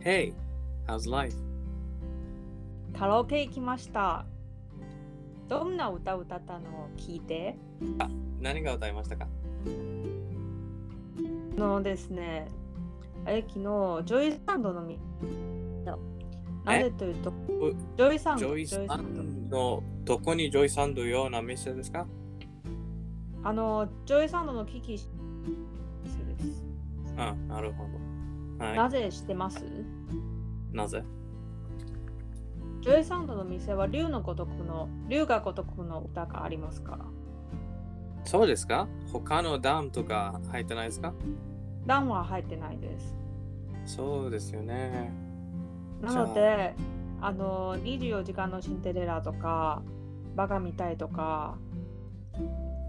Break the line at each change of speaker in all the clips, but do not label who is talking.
Hey, how's life?
カラオケ行きました。どんな歌を歌ったのを聞いて、
何が歌いましたか
あのですね、あれ昨日、ジョイサンドのみ、なぜというと、ジョイサン
ジ
ド、
ョイサンド、どこにジョイサンドような店ですか
あの、ジョイサンドのキキです。
あ、なるほど。は
なぜ知ってます
い。なぜ
ジョイサンドの店は竜のごとくの、竜がごとくの歌がありますから。
そうですか他のダムとか入ってないですか
段は入ってないです。
そうですよね。
なので、あの24時間のシンデレラとか、バカみたいとか、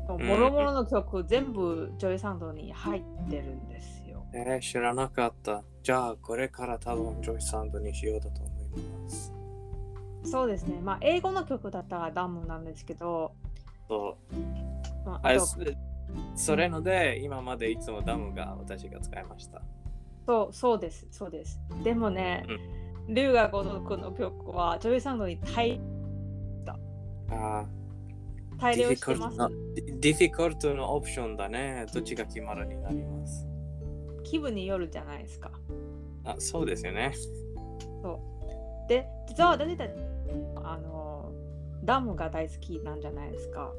も
ん
ろもろの曲、全部ジョイサンドに入ってるんですよ。
えー知らなかった。じゃあ、これから多分ジョイサンドにしようだと思います。
そうですね。まあ、英語の曲だったらダムなんですけど、
そう。
まあ、
あ
あ
れ
と、
そそれので、今までいつもダムが私が使いました。
そう、そうです、そうです。でもね、龍が如くの曲はジョイサンドに大
ああ、
大
ディ
量
フィ
にして
コ
ま
ル
す
ト。のディディフィコルトのオプションだね。どっちが決まるになります。
気分によるじゃないですか。
あ、そうですよね。
で、実は私たち、あの、ダムが大好きなんじゃないですか。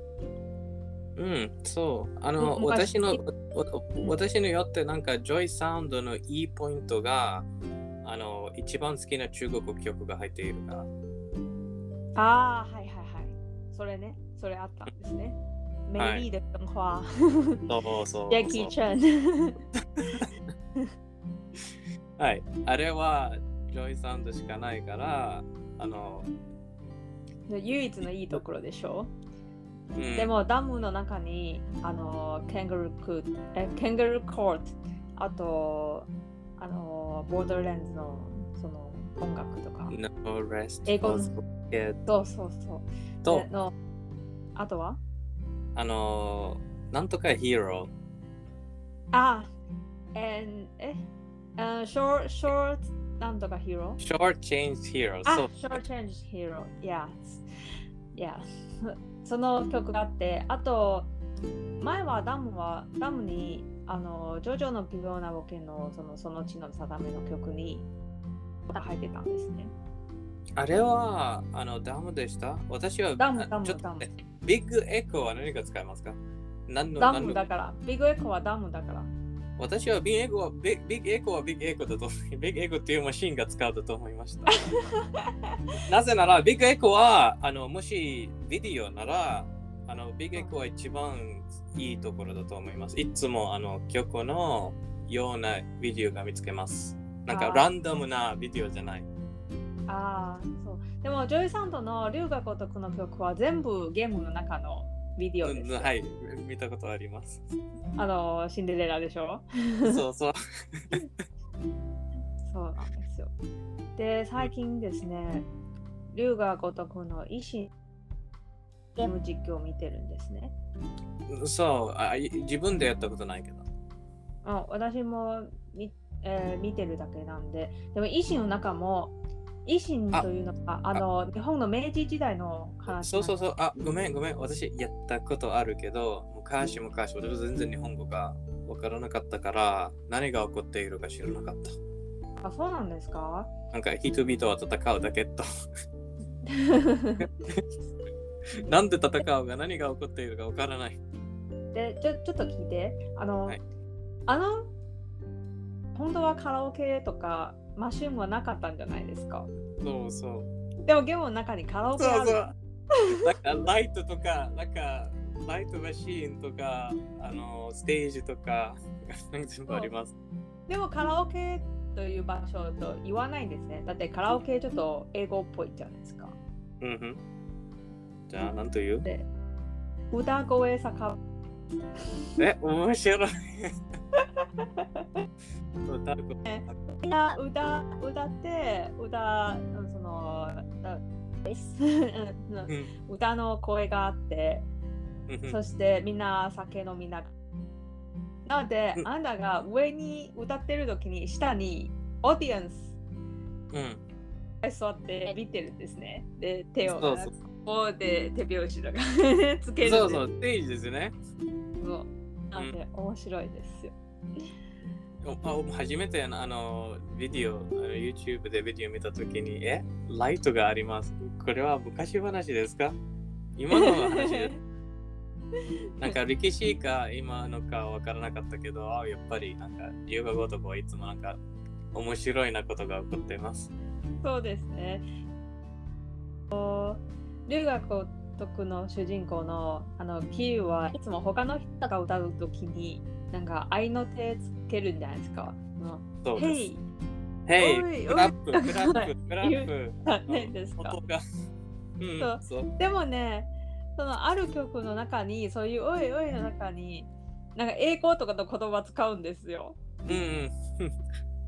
うん、そう。あの、
む
私
昔
の、おお私によってなんか、ジョイサウンドのいいポイントが、あの、一番好きな中国曲が入っているから。
ああ、はいはいはい。それね、それあったんですね。メ
はい
リー的文化、
そうそう。
ヤキーちゃん。Jackie Chan
はい。あれは、ジョイサウンドしかないから、あの、
唯一のいいところでしょ、
うん、
でもダムの中に、あの、ケンガルークえケンガルーコート、あと、あの、ボーダーレンズのその音楽とか、
No rest
英語の
for the
そうそうそう。
Dead と
で、のあとは
あのー、なんとかヒーロ
ああ、えー、え、あショート、ショート、なんとかヒーロー
ー、Short Change Hero。
あ、
そう。
Short Change Hero。Yes. Yes. その曲があって、あと、前はダムは、ダムに、あの、ジョジョの奇妙な冒険のそのその地の定めの曲に入ってたんですね。
あれは、あの、ダムでした私は、
ダム
あ
ダム
ちょっと
ダム
ねビッグエコーは何が使えますか何の
ダ
何
ム
の
だから、ビッグエコはダムだから。
私はビッグエコーはビッグビッグエコーはビッグエコーだと思い、ビッグエコーっていうマ シンが使うだと思いま した。なぜなら、ビッグエコーは、あの、もしビデオなら、あの、ビッグエコーは一番いいところだと思います。いつも、あの、曲のようなビデオが見つけます。なんか、
あー
ランダムなビデオじゃない。
ああ、そう。でも、ジョイサンドの龍が如くの曲は全部ゲームの中のビデオです。
うんはい、見たことあります。
あの、シンデレラでしょ
そうそう。
そうなんですよ。で、最近ですね、龍が如くの維新ゲーム実況を見てるんですね。
そうあ、い自分でやったことないけど。
あ私もみ、えー見てるだけなんで、でも維新の中も、維新というのがあの日本の明治時代の話なんです
そうそうそう、あ、ごめんごめん、私やったことあるけど、昔昔、私は全然日本語がわからなかったから、何が起こっているか知らなかった。
あそうなんで すか
なんか人々は戦うだけと。 なんで戦うが何が起こっているかわからない。
でちょ、ちょっと聞いて、あの、
はい
あの、本当はカラオケとかマシュームはなかったんじゃないですか。
そうそう。
でもゲームの中にカラオケ
そ
あ
う
る
そう。なんかライトとか、なんかライトマシーンとか、あの、ステージとか、なんか全部あります。
でもカラオケという場所と言わないんですね。だってカラオケちょっと英語っぽいじゃないですか。
うんうん。じゃあ、なんという
で、歌声酒場
え、面白い。歌うこと
みんな歌歌って歌うんそのだうん
うん
歌の声があって、
うんうん
そしてみんな酒飲みながら。なので
う、ん
あなたが上に歌ってる時に下にオーディエンス
うん。
座って見てるんですね。で、手を
そう
こ
そう
うで手拍子とか つけるん
そう
で
そう、ステージですよね。
そうなんで、面白いですよ。
おあ初めてあのビデオ、あの YouTube でビデオ見たときに、えライトがあります。これは昔話ですか今の話 です。なんか歴史か今のかわからなかったけど、あやっぱりなんか留学語とかはいつもなんか面白いなことが起こっています。
そうですね。留学を得の主人公のあのキーはいつも他の人が歌うときになんか愛の手つけるんじゃないですか。
そ
「
うで
ヘ
す。
イ!
ヘイ
おい
クラップ、
お
ク
い
ラップ、クラップ。」
ねですか。
音が。うん
そう、
そう。
でもね、そのある曲の中に、そういうおいおいの中に、なんか英語とかの言葉使うんですよ。
うんうん。
例え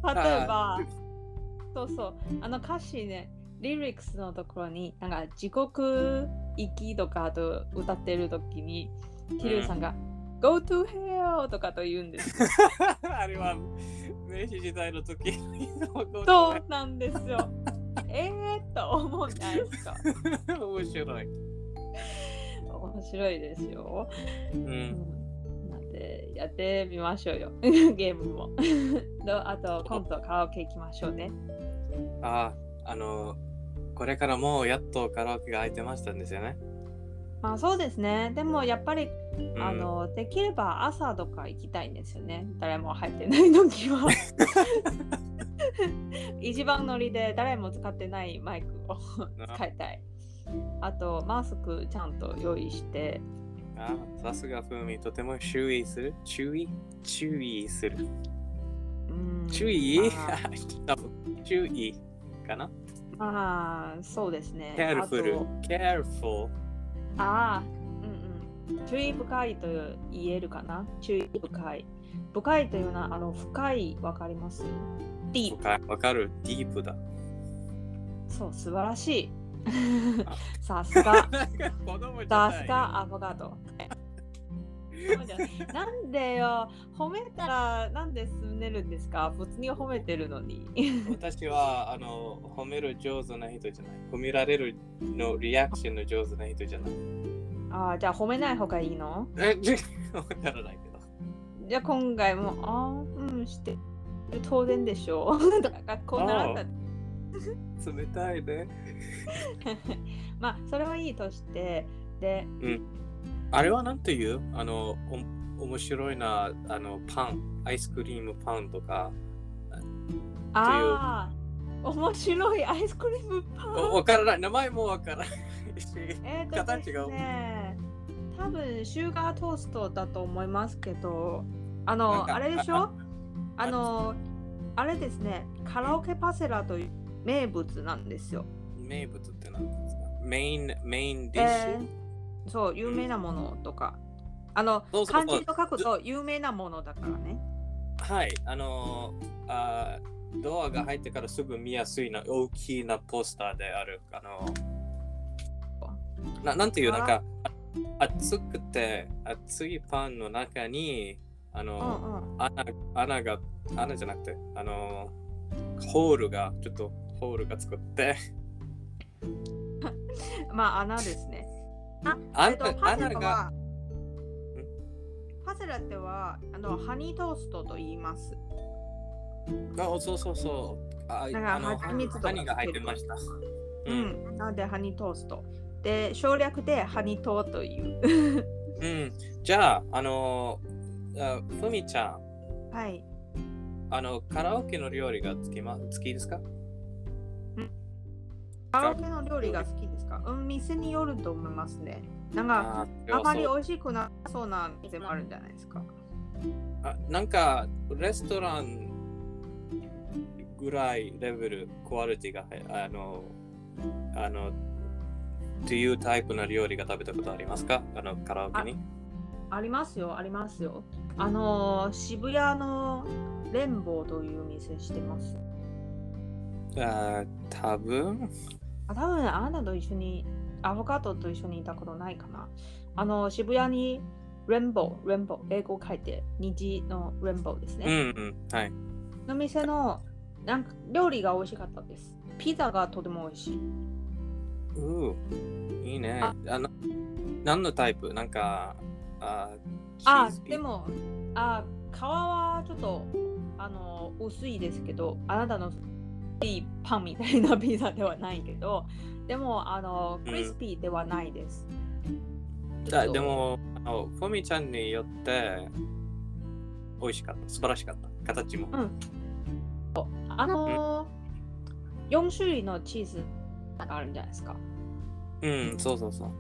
ば
あー、
そうそう、あの歌詞ね、リリックスのところに、なんか地獄行きとかあと歌ってる時に、キリュウさんが、Go to hell とかと言うんです。
あれは明治時代の時
そ
の
うなんですよ。 えーっと思うじゃないですか。
面白い。
面白いですよ。
う、
うんんなんでやってみましょうよ ゲームもとあと今度カラオケ行きましょうね
ああのこれからもうやっとカラオケが空いてましたんですよね。
まあそうですねでもやっぱり、
うん
あのできれば朝とか行きたいんですよね誰も入ってない時は 一番乗りで誰も使ってないマイクを使いたいあとマスクちゃんと用意して
あさすが風味とても注意する注意注意する
うん
注意
ま
多分 注意かな
あまあそうですねあと
careful careful
ああ、うんうん。注意深いと言えるかな。注意深い。深いというのは、あの、深い、わかりますディープ。
わかわかるディープ だ。
そう、素晴らしい
あ。
さすが。
子供じゃ
さ
ない
すがアボカド。そうじゃないなんでよ、褒めたらなんで住んでるんですか普通に褒めてるのに。
私はあの褒める上手な人じゃない。褒められるのリアクションの上手な人じゃない。
ああ、じゃあ褒めない方がいいの
え、 じわからないけど。
じゃあ今回も、ああ、うん、して。当然でしょう。とか学校習った
冷たいね。
まあそれはいいとしてで
あれはなんていうあの、お面白いな、あの、パン、アイスクリームパンとか。
ああ面白いアイスクリームパン
おわからない。名前もわからないし。
えーと
形
で
が
すね多分シュガートーストだと思いますけどあ
なん
の
か
あれでし
あ
ょあのあれですねカラオケパセラという名物なんですよ
名物って何ですかメイン、メインディッシ
え
ュ。
ーそう有名なものとかあの
そうそうそう
漢字と書くと有名なものだからね
はい、あのーあードアが入ってからすぐ見やすいな大きなポスターである、あのーななんていう、
あ
なんか、あ熱くて、熱いパンの中に、あ
う
の
んうん
ー穴穴が、穴じゃなくて、あのーホールが、ちょっとホールが作って、
まあ穴ですね
あ
えっと、パセ
穴
ラ
が、
はパセラってはあのハニートーストと言います。
あそうそうそう、あ
だから
あの
蜂蜜とか
何が入ってました。
う。ん、なのでハニートースト。で省略でハニトーという。
うん、じゃあ、あのーあふみちゃん。
はい。
あの、カラオケの料理が好き,、ま、好きですか
カラオケの料理が好きですか？うん、店によると思いますね。なんかあまり美味しくなさそうな店もあるんじゃないですか？
あなんか、レストランぐらいレベル、クオリティが、あの、あの、というタイプの料理が食べたことありますかあの、カラオケに。
ありますよ、ありますよ。あのー渋谷のレンボーという店してます。
あ多分
あ多分あなたと一緒にアボカドと一緒にいたことないかな。あの渋谷にレンボー、レンボー、英語書いて虹のレンボーです
うんう
ね。
ん、はい。
の店のななんか料理が美味しかったです。ピザがとても美味しい。
うーいいね。あ
あ
な何のタイプなんか、あ
あ
チーズ、ピ
でも、あ、皮はちょっと、あの、薄いですけど、あなたのいいパンみたいなピザではないけど、でも、あの、クリスピーではないです。
だ
ちょっと
で、もあの、フォミちゃんによって、美味しかった。素晴らしかった。形も。
あの、4種類のチーズがあるんじゃないですか。
うん、そうそうそう。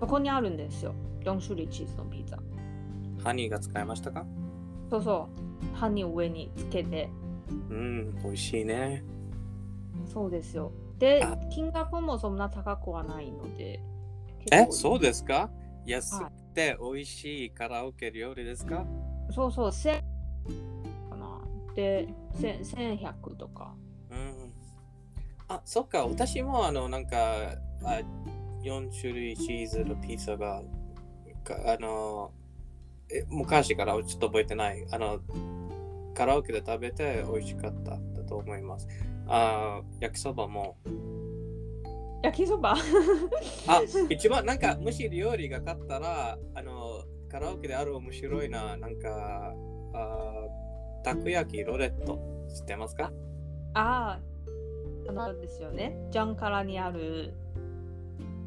そこにあるんですよ。4種類チーズのピザ。
ハニーが使いましたか
そうそう。パンに上につけて。
うん、美味しいね。
そうですよ。で
あ、
金額もそんな高くはないので。
え、
結構
そうですか安くて美味しいカラオケ料理ですか
そうそう、千かな。で、千千百とか。
うん。あ、そっか。私も、あの、なんか、あ4種類チーズのピザが、かあの、え昔からちょっと覚えてない。あの、カラオケで食べて美味しかっただと思います。あ焼きそばも。
焼きそ ば
あ、一番なんか、もし料理が勝ったら、あの、カラオケである面白いな、なんか、あたこ焼きロレット、知ってますか
ああ、あのですよね。ジャンカラにある、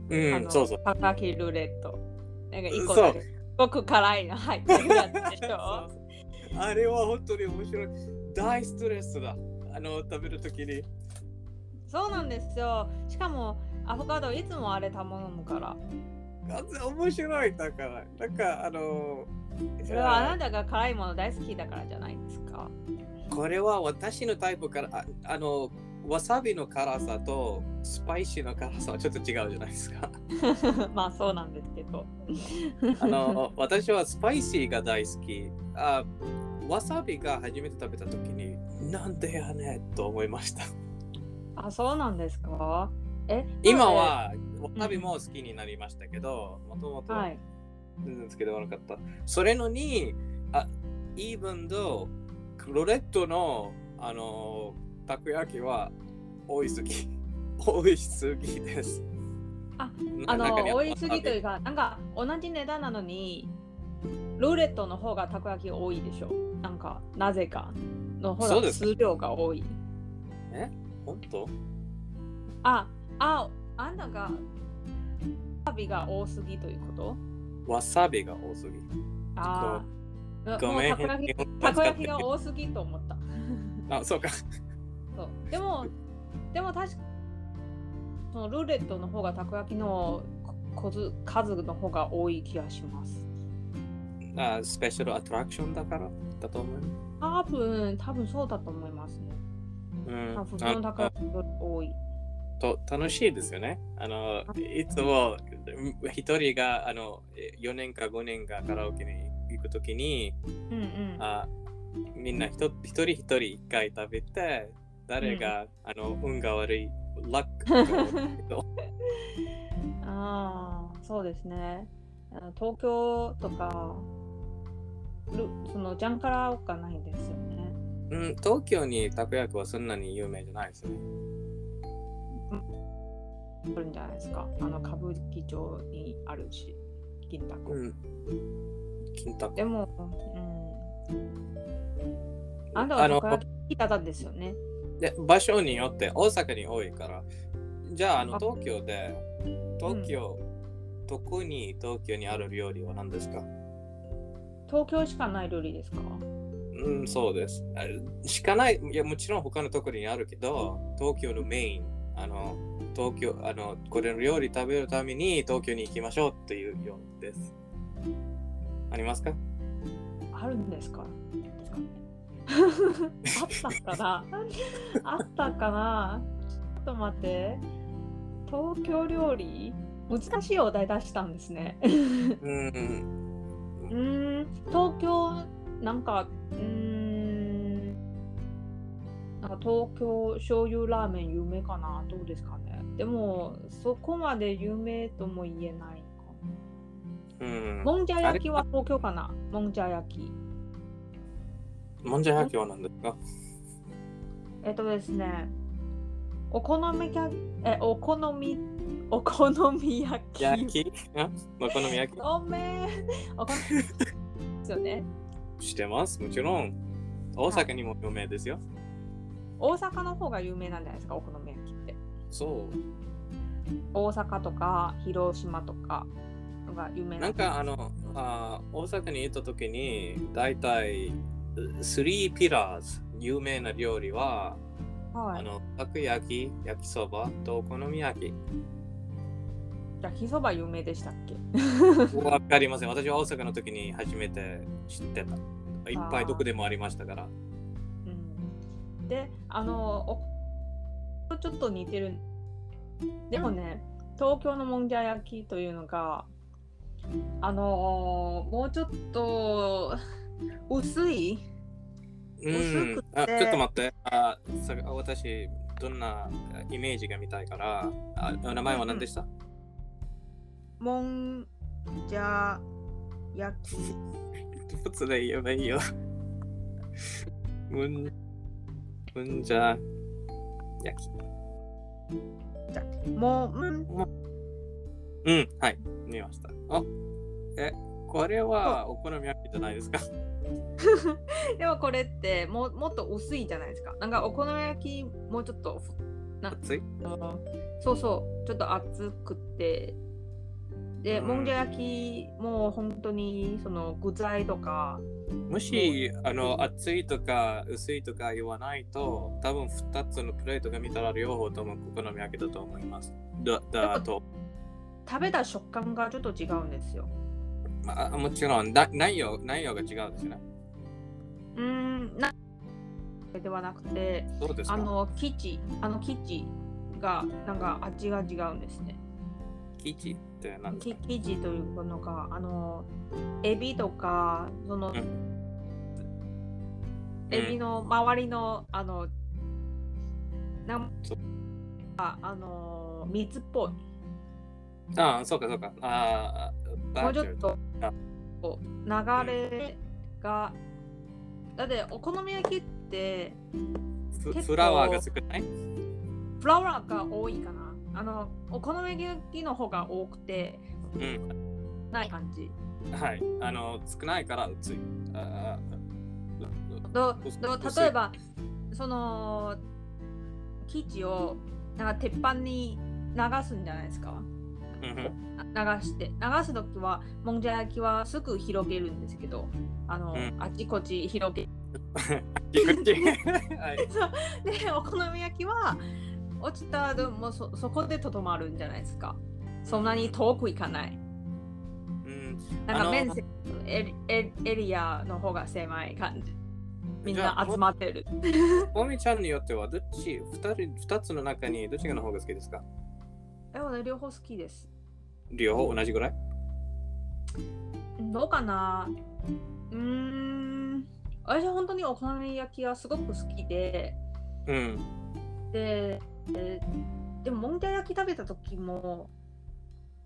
う
あ
ん、
の
そうそう。
カラキルーレット。なんか一個
そう
だけすごく辛いの入ってるやつで しょ。
あれは本当に面白い。大ストレスだ。あの、食べるときに。
そうなんですよ。しかも、アボカドいつもあれ頼むから。
あ面白い。だから、なんか、あの、
それはあなたが辛いもの大好きだからじゃないですか。
これは私のタイプから、ああの、わさびの辛さとスパイシーの辛さはちょっと違うじゃないです か。
まあそうなんですけど。
あの私はスパイシーが大好きあ。わさびが初めて食べた時になんでやねんと思いました。
あ、そうなんですかえ、
今はわさびも好きになりましたけど、もともと
はい。
全然つけてなかった。それのに、あ、イーブンとロレットのあのたこ焼きは多いすぎ。多いすぎです。
あ
な、
あの、
中に
多いすぎという
わ
か、なんか同じ値段なのに、ルーレットの方がたこ焼き多いでしょ。なんか、なぜか。の方
そうで
が
す
数量が多い。
さび本当
あ、あ、あんたが、サビが多すぎということ
わさびが多すぎ。
ああ。
ごめん。
もうたこ焼き
日本語
たこ
使っ
焼
て
きが多すぎと思った。
あ、そうか。
そうでも、でも確かそのルーレットの方がたこ焼きのこ数数の方が多い気がします。
あスペシャルアトラクションだからだと思う。
多分、多分そうだと思いますね。
うん
まあ普通のた
あ
こ焼きより多い。
と楽しいですよね。あのいつもうん一人があの4年か5年かカラオケに行くときに
うんうん。
あみんなひと一人一人一回食べて誰が、あの運が悪いラックと
ああ、そうですね。あの東京とか、ルそのジャンカラがないんですよね。
うん、東京にたこ焼きはそんなに有名じゃないですね。
あるんじゃないですか。あの歌舞伎町にあるし、銀だこ。
うん、金たこ
でも、うん。あなたは
あの
たこ焼き好きだったんですよね。
で場所によって大阪に多いからじゃああの
あ
東京で東京、特に東京にある料理は何ですか
東京しかない料理ですか
うんそうですあしかないいやもちろん他のところにあるけど東京のメインあの東京あのこれの料理食べるために東京に行きましょうっていうようですありますか
あるんですかですかねあったかなあったかなちょっと待って。東京料理難しいお題出したんですね。
うん
うーん、東京、なんか、うーん、なんか東京醤油ラーメン有名かなどうですかねでも、そこまで有名とも言えないかな。
うん
もんじゃ焼きは東京かなもんじゃ焼き。
もんじゃ焼きは何ですか
えっとですね、お好みかえお好みお好み焼き。
焼きあお好み焼
ごめん。お好みですよね。
きしてます。もちろん。大阪にも有名ですよ。
大阪の方が有名なんじゃないですか、お好み焼きって。
そう。
大阪とか広島とかが有名
なんかあの、あー大阪に行った時に、大体、スリーピラーズ、有名な料理は、
は
あ
い、
の、たこ焼き、焼きそばとお好み焼 き。
焼きそば有名でしたっけ
わかりません。私は大阪の時に初めて知ってた。いっぱいどこでもありましたから。
うんであのおちょっと似てるでもね東京のもんじゃ焼きというのがあのもうちょっと薄い
うん
薄く。て
あ、ちょっと待って。あ、さ私、どんなイメージが見たいから、あお名前は何でした、
もんじゃ焼き
どっちで言えばいいよ。むん、むんじゃ、焼き。
もん
うん、はい、見ました。あ、え、これはお好み焼きじゃないですか。
でもこれってもうもっと薄いじゃないですかなんかお好み焼きもうちょっと
熱い
そうそう、ちょっと熱くて。で、
うん
もんじゃ焼きも本当にその具材とか、
もし、あの、熱いとか薄いとか言わないと、多分2つのプレートが見たら両方ともお好み焼きだと思います。だ、だと。
食べた食感がちょっと違うんですよ。
まあ、もちろんだ内容内容が違うですね。
うーん、なではなくて、
そうですか
あの生地、あの生地がなんか味が違うんですね。
基地って何です
き生地というものが、あのエビとか、その、
うん
エビの周りの、あの、なん
そう
ああの水っぽい。
かああ、そうかそうか。ああ、
もうちょっと
あ
こう流れが、だってお好み焼きって
フ
結構
フラワーが少ない
フラワーが多いかなあのお好み焼きの方が多くて
うん。
ない感じ
はい。あの、少ないからつい。ああ
ど
薄
ど
薄い
例えばその生地をなんか鉄板に流すんじゃないですか
うんうん
な流して流す時はもんじゃ焼きはすぐ広げるんですけどあの、
うん
あちこち広げ
はい
でお好み焼きは落ちた後もそそこでとどまるんじゃないですかそんなに遠く行かない
うん
なん
あ
か
の
面積エリエリエリアの方が狭い感じみん
じゃ
な
あ
集まってる
おみちゃんによっては、どっち、二人、二つの中にどっちの方が好きですか
でもね両方好きです
両方同じぐらい
どうかなうーん私は本当にお好み焼きがすごく好きで
うん。
でえーでももんじゃ焼き食べた時も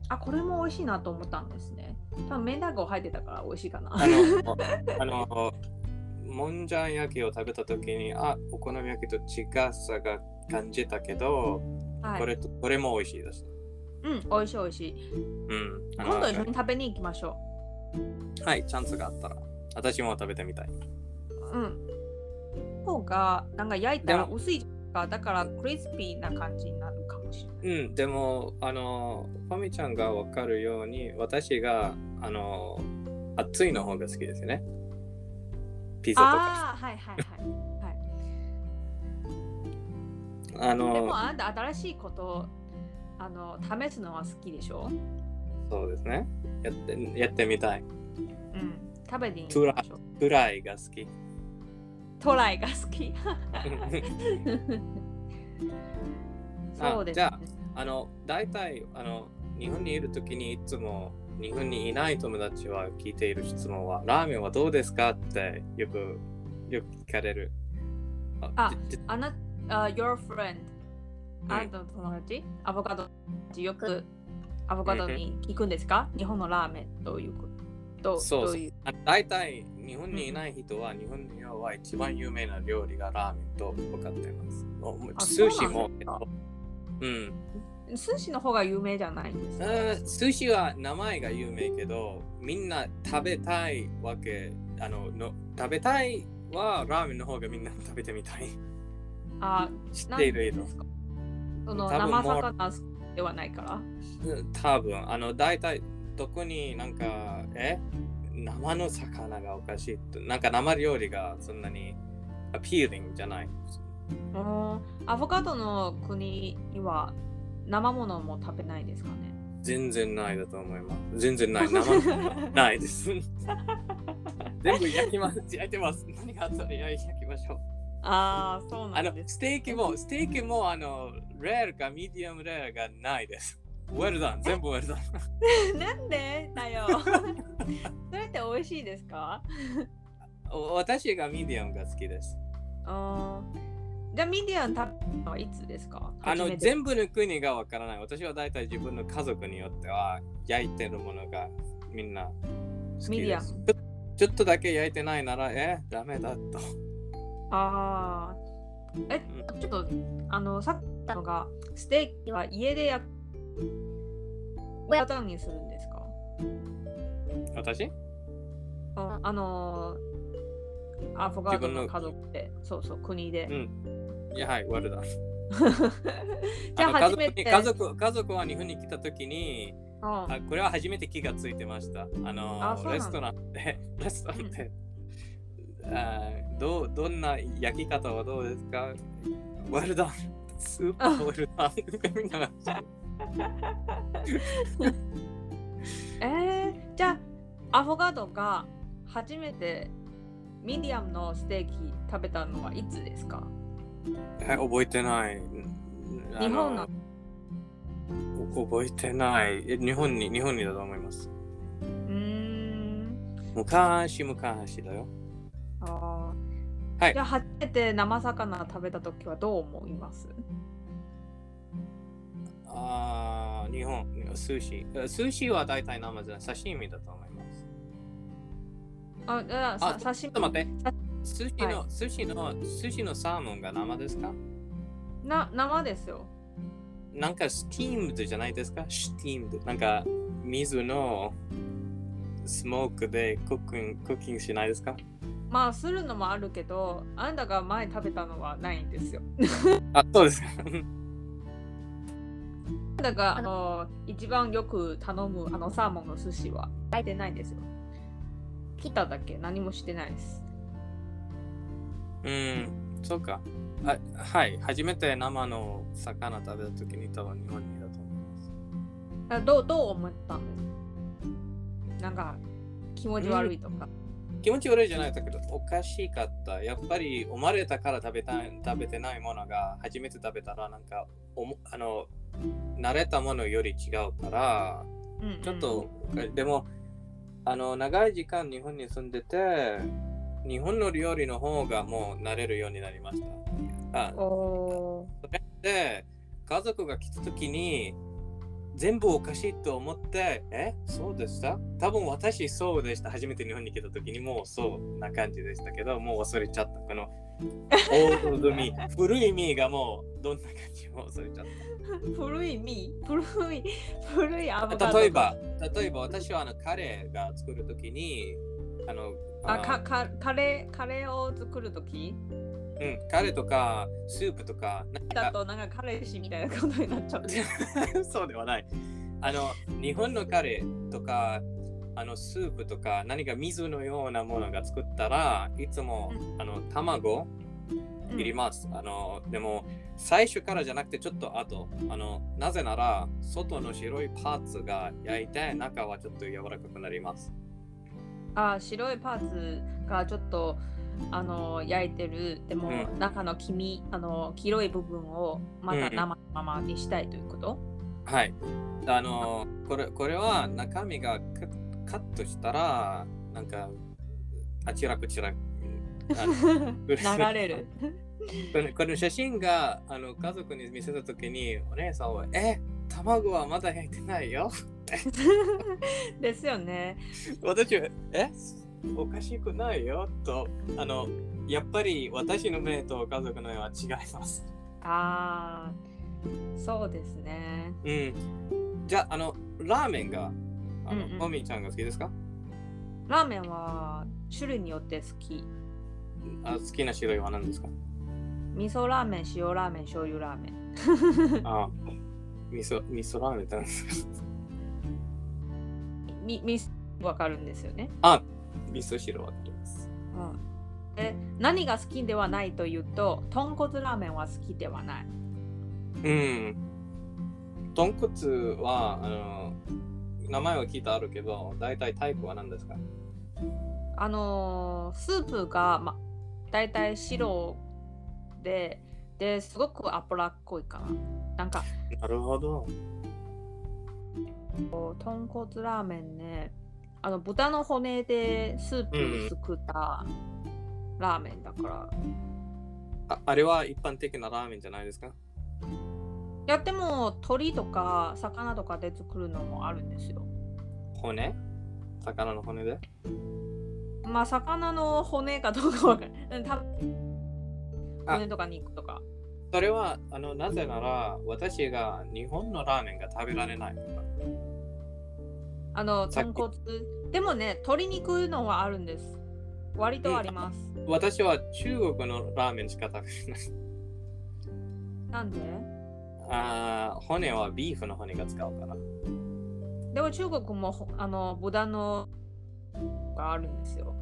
あこれも美味しいなと思ったんですね多分明太子入ってたから美味しいかな
あの、あの、もんじゃ焼きを食べたときに、あ、お好み焼きと違さが感じたけど、
はい
これとこれも美味しいです。
うん、美味しい美味しい。
うん。
今度
あ
一緒
の
に食べに行きましょ
はい、チャンスがあったら。私も食べてみたい。
う。うん。方が、なんか焼いたら
で
薄いじゃんか、だからクリスピーな感じになるかもしれない。
うん、でも、あの、ファミちゃんがわかるように、私が、あの、熱いの方が好きですね。ピザとか。
ああ、はいはいはい。はい、
あ
でも
の、
あなた新しいことをあの試すのは好きでしょ
そうですね。やってやってみたい。
うん。食べに行きましょう。
フライが好き。
トライが好き。そうです、
じゃああの、大体、あの、日本にいるときにいつも、日本にいない友達は聞いている質問は、ラーメンはどうですかってよく、よく聞かれる。
あ
じじ
あなあ、your friend、
ん
あなたの友達、アボカドの友達よくアボカドに行くんですか、日本のラーメンどういうことどう
そうそう
どういう
あ大体日本にいない人は日本には一番有名な料理がラーメンと分かってます。もう
あ
寿司
そうな
も
んですか。
うん、
寿司の方が有名じゃないんですか
あー寿司は名前が有名けど、みんな食べたいわけ、あのの食べたいはラーメンの方がみんな食べてみたい。
あ
知
な
っ
ん
て
で
いる色。
ですかその
多分
生
もう
魚ではないから。
うん多分あの大体どこになんかえ生の魚がおかしいとなんか生料理がそんなにアピーリングじゃない
うんアボカドの国には生ものも食べないですかね
全然ないだと思います全然ない 生のないです全部焼きます焼いてます何があったら焼きましょう
ああ、そうな
あの
んです。
ステーキもステーキもあのレアかミディアムレアがないです Well done 全部 Well done
なんでだよ。 それって美味しいですか
お私がミディアムが好きです
うんじゃあ、ミディアン食べるのはいつですか
あ
初
の
めて
全部の国がわからない。私は大体自分の家族によっては焼いてるものがみんな好き
ミディ
で
ア
す。
ム。
ちょっとだけ焼いてないなら、え、ダメだと。
ああ。え、ちょっと、あの、さっき言ったのが、ステーキは家でやっ親タンにするんですか
私
うんあのー、アフガードの
自
家
分の
族で、そうそう、国で。
うんいや、はい、悪だ。
じゃあ、
あの
初めて。
家族に家族家族は日本に来た時に
うん
あ、これは初めて気がついてました。あの
あそうなんだ
レストランで、 レストランで、あどうどんな焼き方はどうですか悪だ。スーパー悪 だ。みんなが
えー、じゃあアフォガドが初めてミディアムのステーキ食べたのはいつですか
え、覚えてない。あ
日本な
お覚えてない。え日本に、日本にだと思います。
うーん
昔、昔だよ。
あー
はい
じゃあ初めて生魚食べた時はどう思います
ああ、日本、寿司。え寿司は大体生じゃない。刺身だと思います。
ああ
あ
さ刺
ちょっと
身
待って。寿司の、寿司の、寿司のサーモンが生ですか
な生ですよ
なんかスティームドじゃないですかスティームド。なんか、水のスモークでクッキング、クッキングしないですか
まあするのもあるけどあんたが前食べたのはないんですよ
あ、そうですか。
あんたがあの一番よく頼むあのサーモンの寿司は食べてないんですよ来ただけ何もしてないです
うん、そうか。あはい、初めて生の魚食べたときに多分日本にだと思います。
あどうどう思ったんですなんか気持ち悪いとか。
気持ち悪いじゃないだけど、おかしかった。やっぱり生まれたから食べたい食べてないものが初めて食べたらなんかおもあの慣れたものより違うから、
うんうん
ちょっと、でもあの長い時間日本に住んでて、日本の料理の方がもう慣れるようになりました。あ
お
で家族が来た時に全部おかしいと思ってえそうでした多分私そうでした初めて日本に来た時にもうそうな感じでしたけどもう忘れちゃったこのオールド ミー古いミーがもうどんな感じも忘れちゃっ
ー 古いミ古い古いアボカ
た
ド
例えば例えば私はあのカレーが作る時にあの
あ
の
かかカレーカレーを作るとき
うん、カレーとかスープとかなんか
だとなんか彼氏みたいなことになっ ちゃって
そうではない。あの日本のカレーとかあのスープとか何か水のようなものが作ったらいつもあの卵いります、あのでも最初からじゃなくてちょっと後あのなぜなら外の白いパーツが焼いて中はちょっと柔らかくなります。
あ白いパーツがちょっとあの焼いてるでも、
うん
中の黄身あの黄色い部分をまた生のままにしたいということ、
はい。あのこれこれは中身がカカットしたらなんかあちらこちら あの
流れる
このこの写真があの家族に見せたときにお姉さんは「え卵はまだ 焼いてないよ
ですよね」
私は「えおかしくないよとあのやっぱり私の目と家族の目は違います。
あーそうですね。
うん、じゃああのラーメンがあの、
うんうん
マミーちゃんが好きですか
ラーメンは種類によって好き。
あ好きな種類は何 ですか
味噌ラーメン、塩ラーメン、醤油ラーメン。
あ味噌味噌ラーメンって何ですか
み、み、わかるんですよね。
あ味噌汁はあります。
うん。で、何が好きではないというと、豚骨ラーメンは好きではない。
うん。豚骨はあの名前は聞いたあるけど大体タイプは何ですか
あのースープが、ま、大体白で、で、すごく脂っこいかな。なんか、
なるほど。
豚骨ラーメンねあの豚の骨でスープ作ったラーメンだから、
ああれは一般的なラーメンじゃないですか
やっても鶏とか魚とかで作るのもあるんですよ
骨魚の骨で
まあ魚の骨かどうかわかんないうん多分
あ
骨とか肉とか
それはあのなぜなら私が日本のラーメンが食べられないから
あの
さっ
豚
き
骨でもね鶏肉のはあるんです割とあります、
私は中国のラーメンしか食べ れない
なんで
あー骨はビーフの骨が使うから
でも中国もほあの豚のがあるんですよ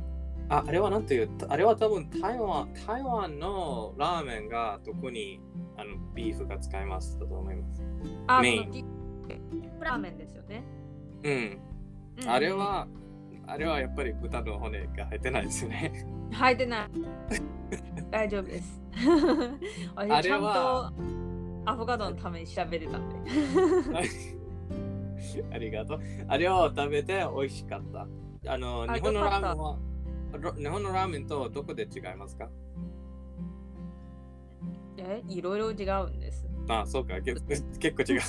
ああれはなんていうあれは多分台湾台湾のラーメンが特にあのビーフが使いますだと思います
あ
メイン
そのぎラーメンですよね、
うん
うん
あれはあれはやっぱり豚の骨が入ってないですね
はいてない。大丈夫です。
あ
私ち
れ
ゃん
は
とアボカドのために調べれたんで。
ありがとうあれを食べて美味しかったあの
あ
日本の
よか
ラー
った
メンはロ日本のラーメンとどこで違いますか
え、いろいろ違うんです。
あそうか、 結結構違う。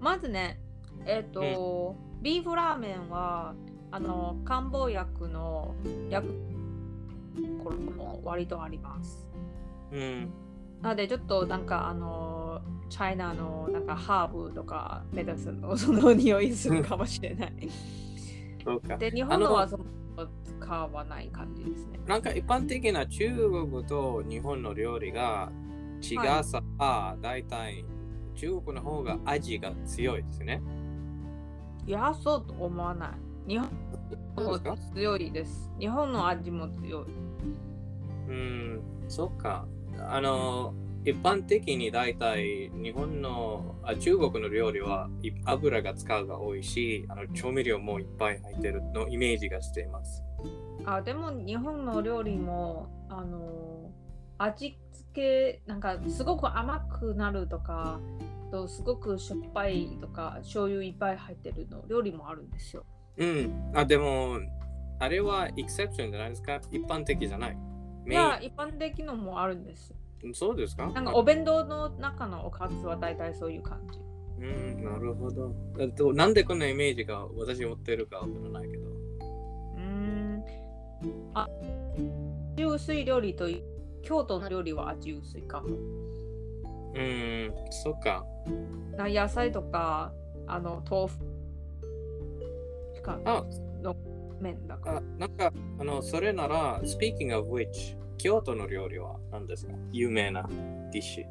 まずね、えっ、と、ビーフラーメンは、あの、漢方薬の薬これも割とあります。
うん。
なので、ちょっとなんか、あの、チャイナのなんかハーブとかメダスのその匂いするかもしれない。
そうか。
で、日本のはその使わない感じですね。
なんか一般的な中国と日本の料理が違さは大体中国の方が味が強いですね。
いや、そうと思わない。日本
そうで
の
すか
方強いです。日本の味も強い。
うん、そっか。あの、一般的に大体日本のあ中国の料理はい油が使うが多いしあの調味料もいっぱい入ってるのイメージがしています。
あ、でも日本の料理も、あのー味付け、なんかすごく甘くなるとか、とすごくしょっぱいとか、醤油いっぱい入ってるの料理もあるんですよ。
うん、あでもあれはエクセプションじゃないですか一般的じゃない。
い
メイン
や、一般的のもあるんです。
そうですか
なんかお弁当の中のおかずは大体そういう感じ。
うん、なるほど。えっとなんでこんなイメージが私持ってるかわからないけど。
うーん。あ、味薄い料理という、京都の料理は味薄いかも。
うん、そっか。
な野菜とかあの豆腐しか
あ
の麺だから
あなんか、あの、それなら、speaking of which、京都の料理は何ですか有名なディッシ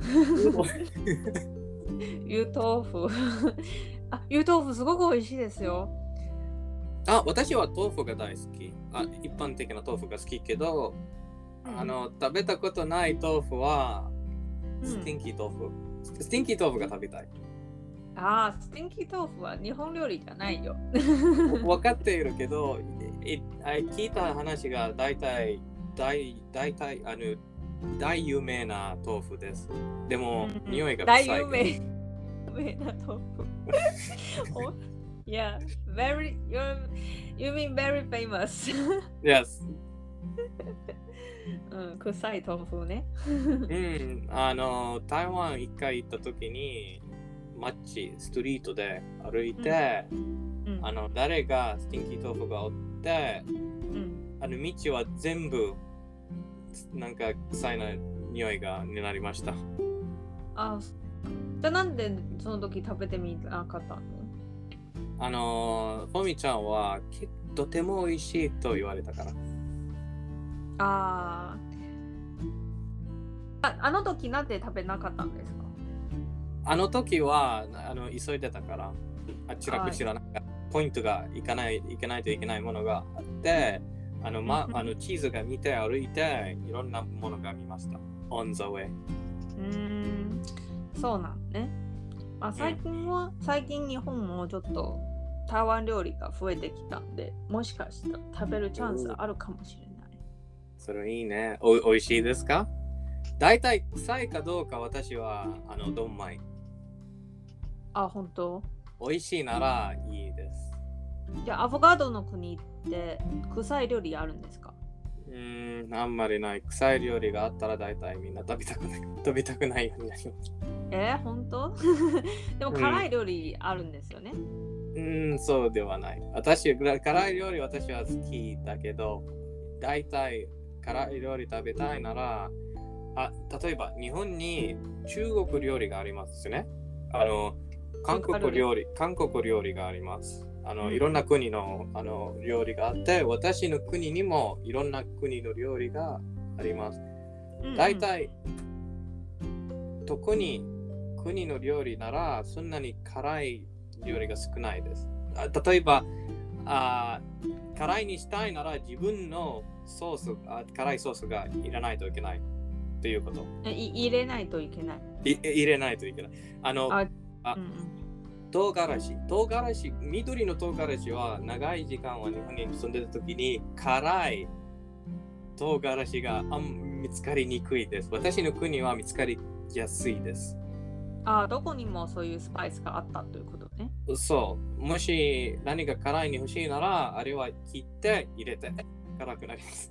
ュ。
湯豆腐 あ湯豆腐すごく美味しいですよ
あ、私は豆腐が大好き。あ、一般的な豆腐が好きけど、あの、食べたことない豆腐は、
うん
スティンキー豆腐。スティンキー豆腐が食べたい。
あースティンキー豆腐は日本料理じゃないよ
分かっているけど、いいあ聞いた話が大体、大大体、あの、大有名な豆腐です。でも、
うん
匂いが
大
臭い
有名有名な 豆腐お Yeah, very, you're- you mean very famous.
です。
うん、臭い豆腐ね。
うん、あの、台湾一回行った時に、街、ストリートで歩いて、
うん
あの、誰がスティンキー豆腐がおって、
うん。
あの道は全部なんか臭いな匂いがになりました。
あ、そじゃあなんでその時食べてみなかったの
あのー、フォミちゃんはきとても美味しいと言われたから。
あーあ。あの時なんで食べなかったんですか
あの時はあの急いでたから、あちら
はい
こちらなんか、ポイントがいかないいけないといけないものがあって、あのま
うん
あの地図が見て歩いていろんなものが見ました。On the way。
うーん。そうなんね。まあ、最近は、最近日本もちょっと台湾料理が増えてきたんで、もしかしたら食べるチャンスあるかもしれない。
それいいね。おおいしいですか大体臭いかどうか私はあのドンマイ。
あ、本当
美味しいならいいです。
じゃあアボカドの国って臭い料理あるんですか
うーん、あんまりない。臭い料理があったら大体みんな食べたくない。食べたくないようになります。
えー、本当 でも
うん
辛い料理あるんですよね。
うーん、そうではない。私、ぐら辛い料理私は好きだけど、大体辛い料理食べたいなら、あ例えば日本に中国料理がありますね。あの、韓
中華料
国
理
料理、韓国料理があります。あの、
うん
いろんな国のあの料理があって、私の国にもいろんな国の料理があります。
うんうん
大体、特に国の料理ならそんなに辛い料理が少ないです。あ例えばあー、辛いにしたいなら自分のソースあ、辛いソースがいらないといけないということ。
えい入れないといけない。
い入れないといけない。あの、
あ
あ
うんうん
唐辛子、唐辛子、緑の唐辛子は長い時間は日本に住んでた時に辛い唐辛子があん見つかりにくいです。私の国は見つかりやすいです。
あどこにもそういうスパイスがあったということね。
そう。もし何か辛いに欲しいなら、あれは切って入れて辛くなります。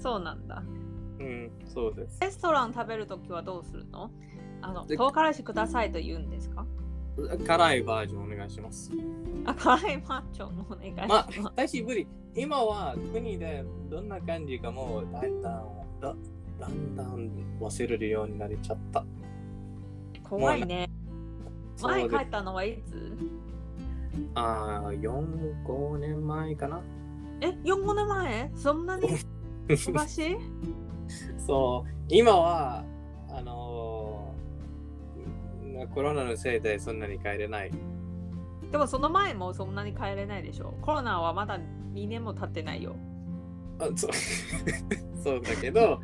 そうなんだ。
うん、そうです。
レストラン食べるときはどうするのあの
で
唐辛子くださいと言うんですか
辛いバージョンお願いします。
あ辛いマッチョもお願いし
ま
ます。
あ、久しぶり。今は国でどんな感じかもうだんだん、だだんだん忘れるようになりちゃった。
怖いね。前
そうで
帰ったのはいつ
ああ、4、5年前かな。
え、4、5年前そんなに昔
そう、今は、あのーコロナのせいでそんなに帰れない。
でもその前もそんなに帰れないでしょ。コロナはまだ2年も経ってないよ。
あそう そうだけど、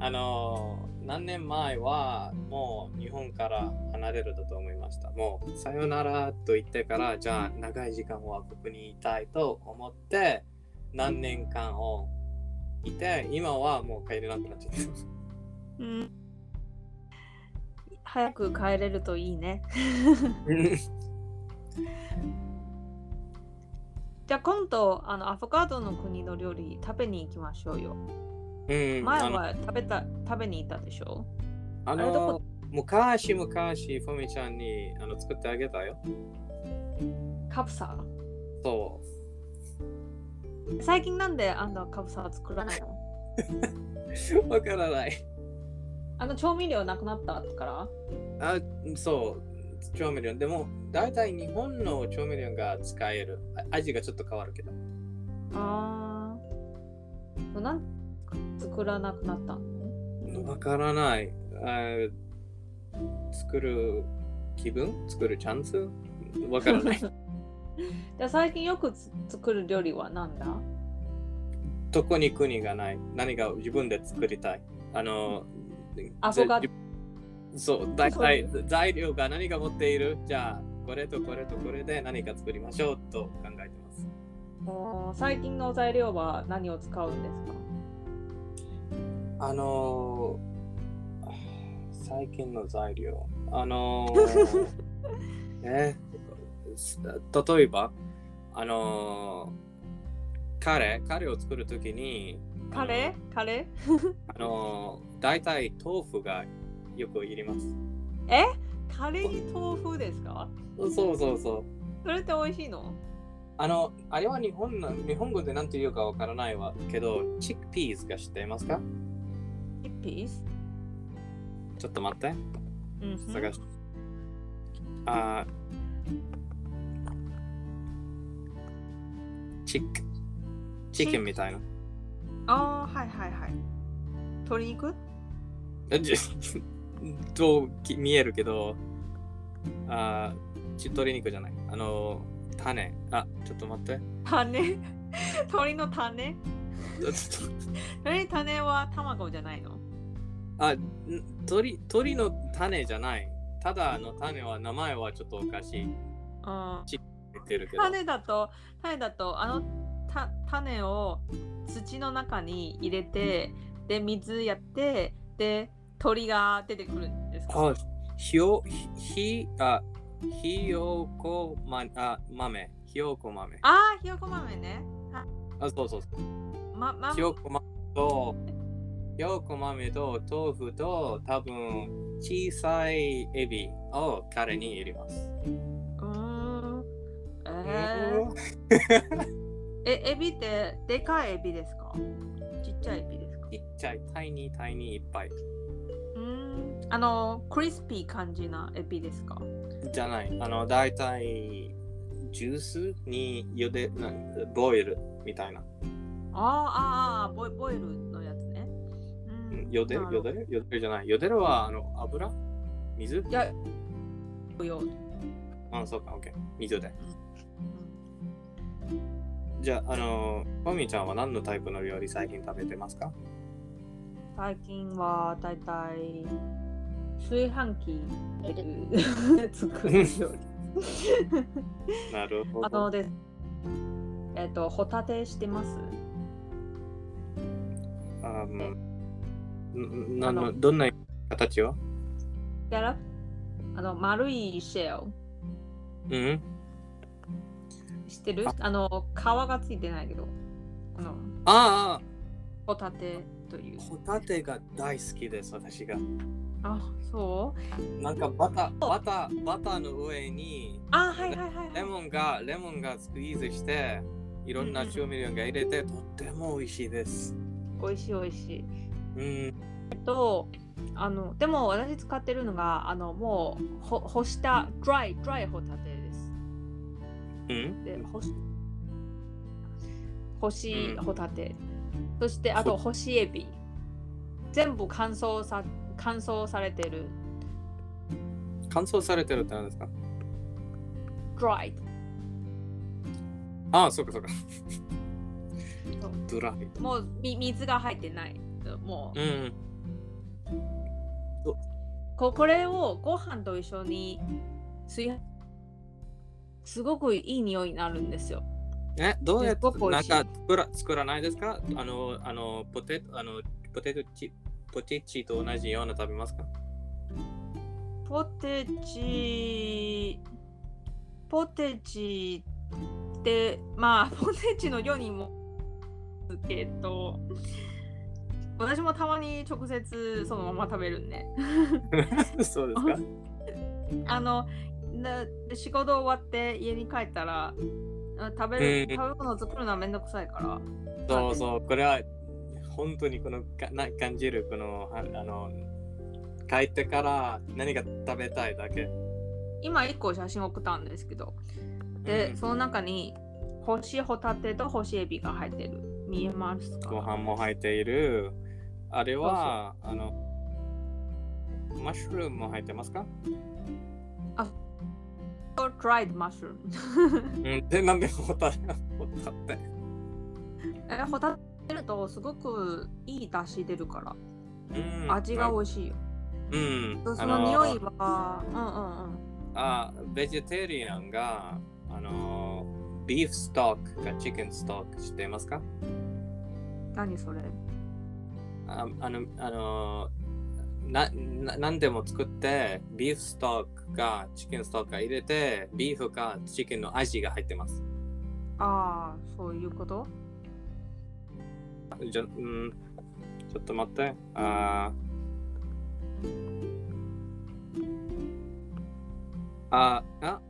あのー何年前はもう日本から離れるだと思いました。もう、さよならと言ってから、じゃあ長い時間はここにいたいと思って、何年間をいて、今はもう帰れなくなっちゃった。
うん。早く帰れるといいね。じゃあ今度、あのアフガードの国の料理食べに行きましょうよ。
うん
前
あの
は食べた食べに行ったでしょ
あ
あれどこ
の、昔昔、フォミちゃんにあの作ってあげたよ。
カプサ
そ
ー。最近なんであのカプサー作らないの
う。わからない。
あの調味料なくなったから
あ、そう。調味料。でも、大体日本の調味料が使える。あ味がちょっと変わるけど。
ああ。なん作らなくなったの
わからない。あ作る気分作るチャンスわから ない。
じゃあ最近よくつ作る料理は何だ
どこに国がない。何か自分で作りたい。あの、
アボカド
ぜそう、大体材料が何が持っているじゃあ、これとこれとこれで何か作りましょうと考えてます。
おー最近の材料は何を使うんですか
あのー、最近の材料。あの ー、ね、す例えば、あのー、カレー、カレーを作るときに、
カレーカレ
あのー、大体豆腐がよくいります。
ーえカレーに豆腐ですか
そうそうそう。
それって美味しいの
あの、あれは日本の日本語で何て言うかわからないわけど、チックピーズが知っていますか
チッピーズ
ちょっと待って、
うんふん
探して。あーチック、チキンみたいな。
ああ、はいはいはい。鶏肉
えじとき見えるけど、あーち鶏肉じゃない。あの、種。あ、ちょっと待って。
種鳥の 種
ちょちょっと
鳥の種は卵じゃないの
ん鳥鳥の種じゃない。ただの種は名前はちょっとおかしい。言
あ
ってるけど。
種だと種だとあのた種を土の中に入れてで水やってで鳥が出てくるんですか
あ、ひよ、ひ、ひあ、ひよこま、あ、豆。ひよこ豆。
ああひよこ豆ね
あ、そうそうそう。
まま
ひよこ豆と、ひよこ豆と豆腐と、多分小さいエビを彼に入れます。
うーんえーえエビってでかいエビですかちっちゃいエビですか
ちっちゃい、タイニー、タイニーいっぱいう
ーんあのクリスピー感じなエビですか
じゃない。あの、だいたいジュースに茹で、なボイルみたいな。
あーあーあーボイボイルのやつね。う
うん茹でる、
な
茹
るほ
でる、茹でるじゃない。茹でるは、あの、油水
どいや、不要。
あ、そうか、オッケー。水で。じゃあ、あの、マミちゃんは何のタイプの料理最近食べてますか
最近はだいたい炊飯器で 作る料理。
なるほ
あ
ど
の。です。えっ、と、ホタテしてます。
あの、んな
あ
の
の
どんな形は
やらあの、丸いシェル。
うん。
してるあの、皮がついてないけど。あの、
あ
ホタテという
あ、。ホタテが大好きです、私が。
あ、そう
なんかバター、バター、バターの上に
あ、はいはいはい、
レ
はい。
モンが、レモンがスクイーズして、いろんな調味料が入れて、とっても美味しいです。
美味しい美味し
う
い。
ん。
とあのでも私使ってるのがあのもうほ干したドライドライホタテです。
うん
で干し干し
うん
ホタテ、そしてあと
ほ
干しエビ全部乾燥さ乾燥されてる
乾燥されてるって何ですか
ドライ
ああ、そうかそうか。ドライ。
もうみ水が入ってないもう、
うん。
ここれをご飯と一緒に炊飯すごくいい匂いになるんですよ。
え、どうやって
すごく美
なん
味しい
か作ら作らないですかあの、あの、ポテト、あの、ポテトチ、ポテチと同じような食べますか
ポテチポテチってまあポテチのようにもけど私もたまに直接そのまま食べるんで
そうですか
あのな仕事終わって家に帰ったらあ食べ
う
る、
ん
食べ物作るのはめんどくさいから
そうそう、これは本当にこのかな感じる、この、はあの、帰ってから何か食べたいだけ。
今1個写真送ったんですけどで、
うん
その中に干しホタテと干しエビが入ってる見えますか
ご飯も入っている。あれは、あの、マッシュルームも入ってますか
or dried mushroom
うん、で、なんでホ タテ、ホタテ。
えホタテ入れるとすごくいい出汁出るから
うん
味が美味しいよ、
うん。
そ
あ
その匂いはうん
あベジタリアンが、あのー、ビーフストックかチキンストック知っていますか
うんうん何それ
ああの、あのーなな何でも作って、ビーフストックかチキンストックか入れて、ビーフかチキンの味が入ってます。
ああそういうこと
じゃ、うん、ちょっと待って。あーあ、あ、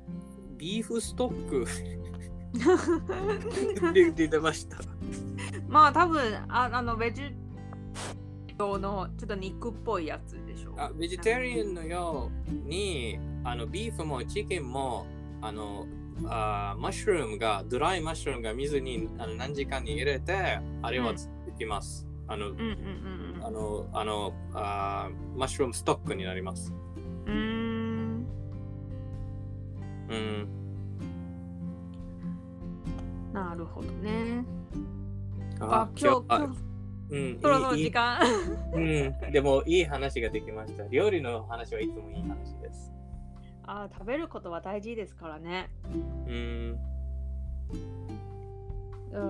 ビーフストック。でで出ました。
まあ多分ああのベジ用のちょっと肉っぽいやつでしょ
あベジタリアンのようにあのビーフもチキンもあのあーマッシュルームがドライマッシュルームが水にあの何時間に入れてあれ
う
は
ん
できます。あの
うんうんうん
あのあのあーマッシュルームストックになります。
うんうーん
うん
なるほどね
あ
あ今日今
は
日
うん
そろそろ
いい
時間
いいうん、でもいい話ができました。料理の話はいつもいい話です。
あ食べることは大事ですからね
うん、
う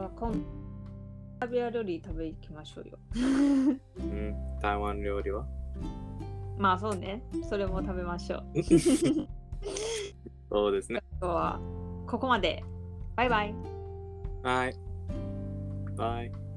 ん今アラビア料理食べ行きましょうよ
うん、台湾料理は
まあそうねそれも食べましょう
そうですね。
今日はここまでバイバイ
はい。バイ。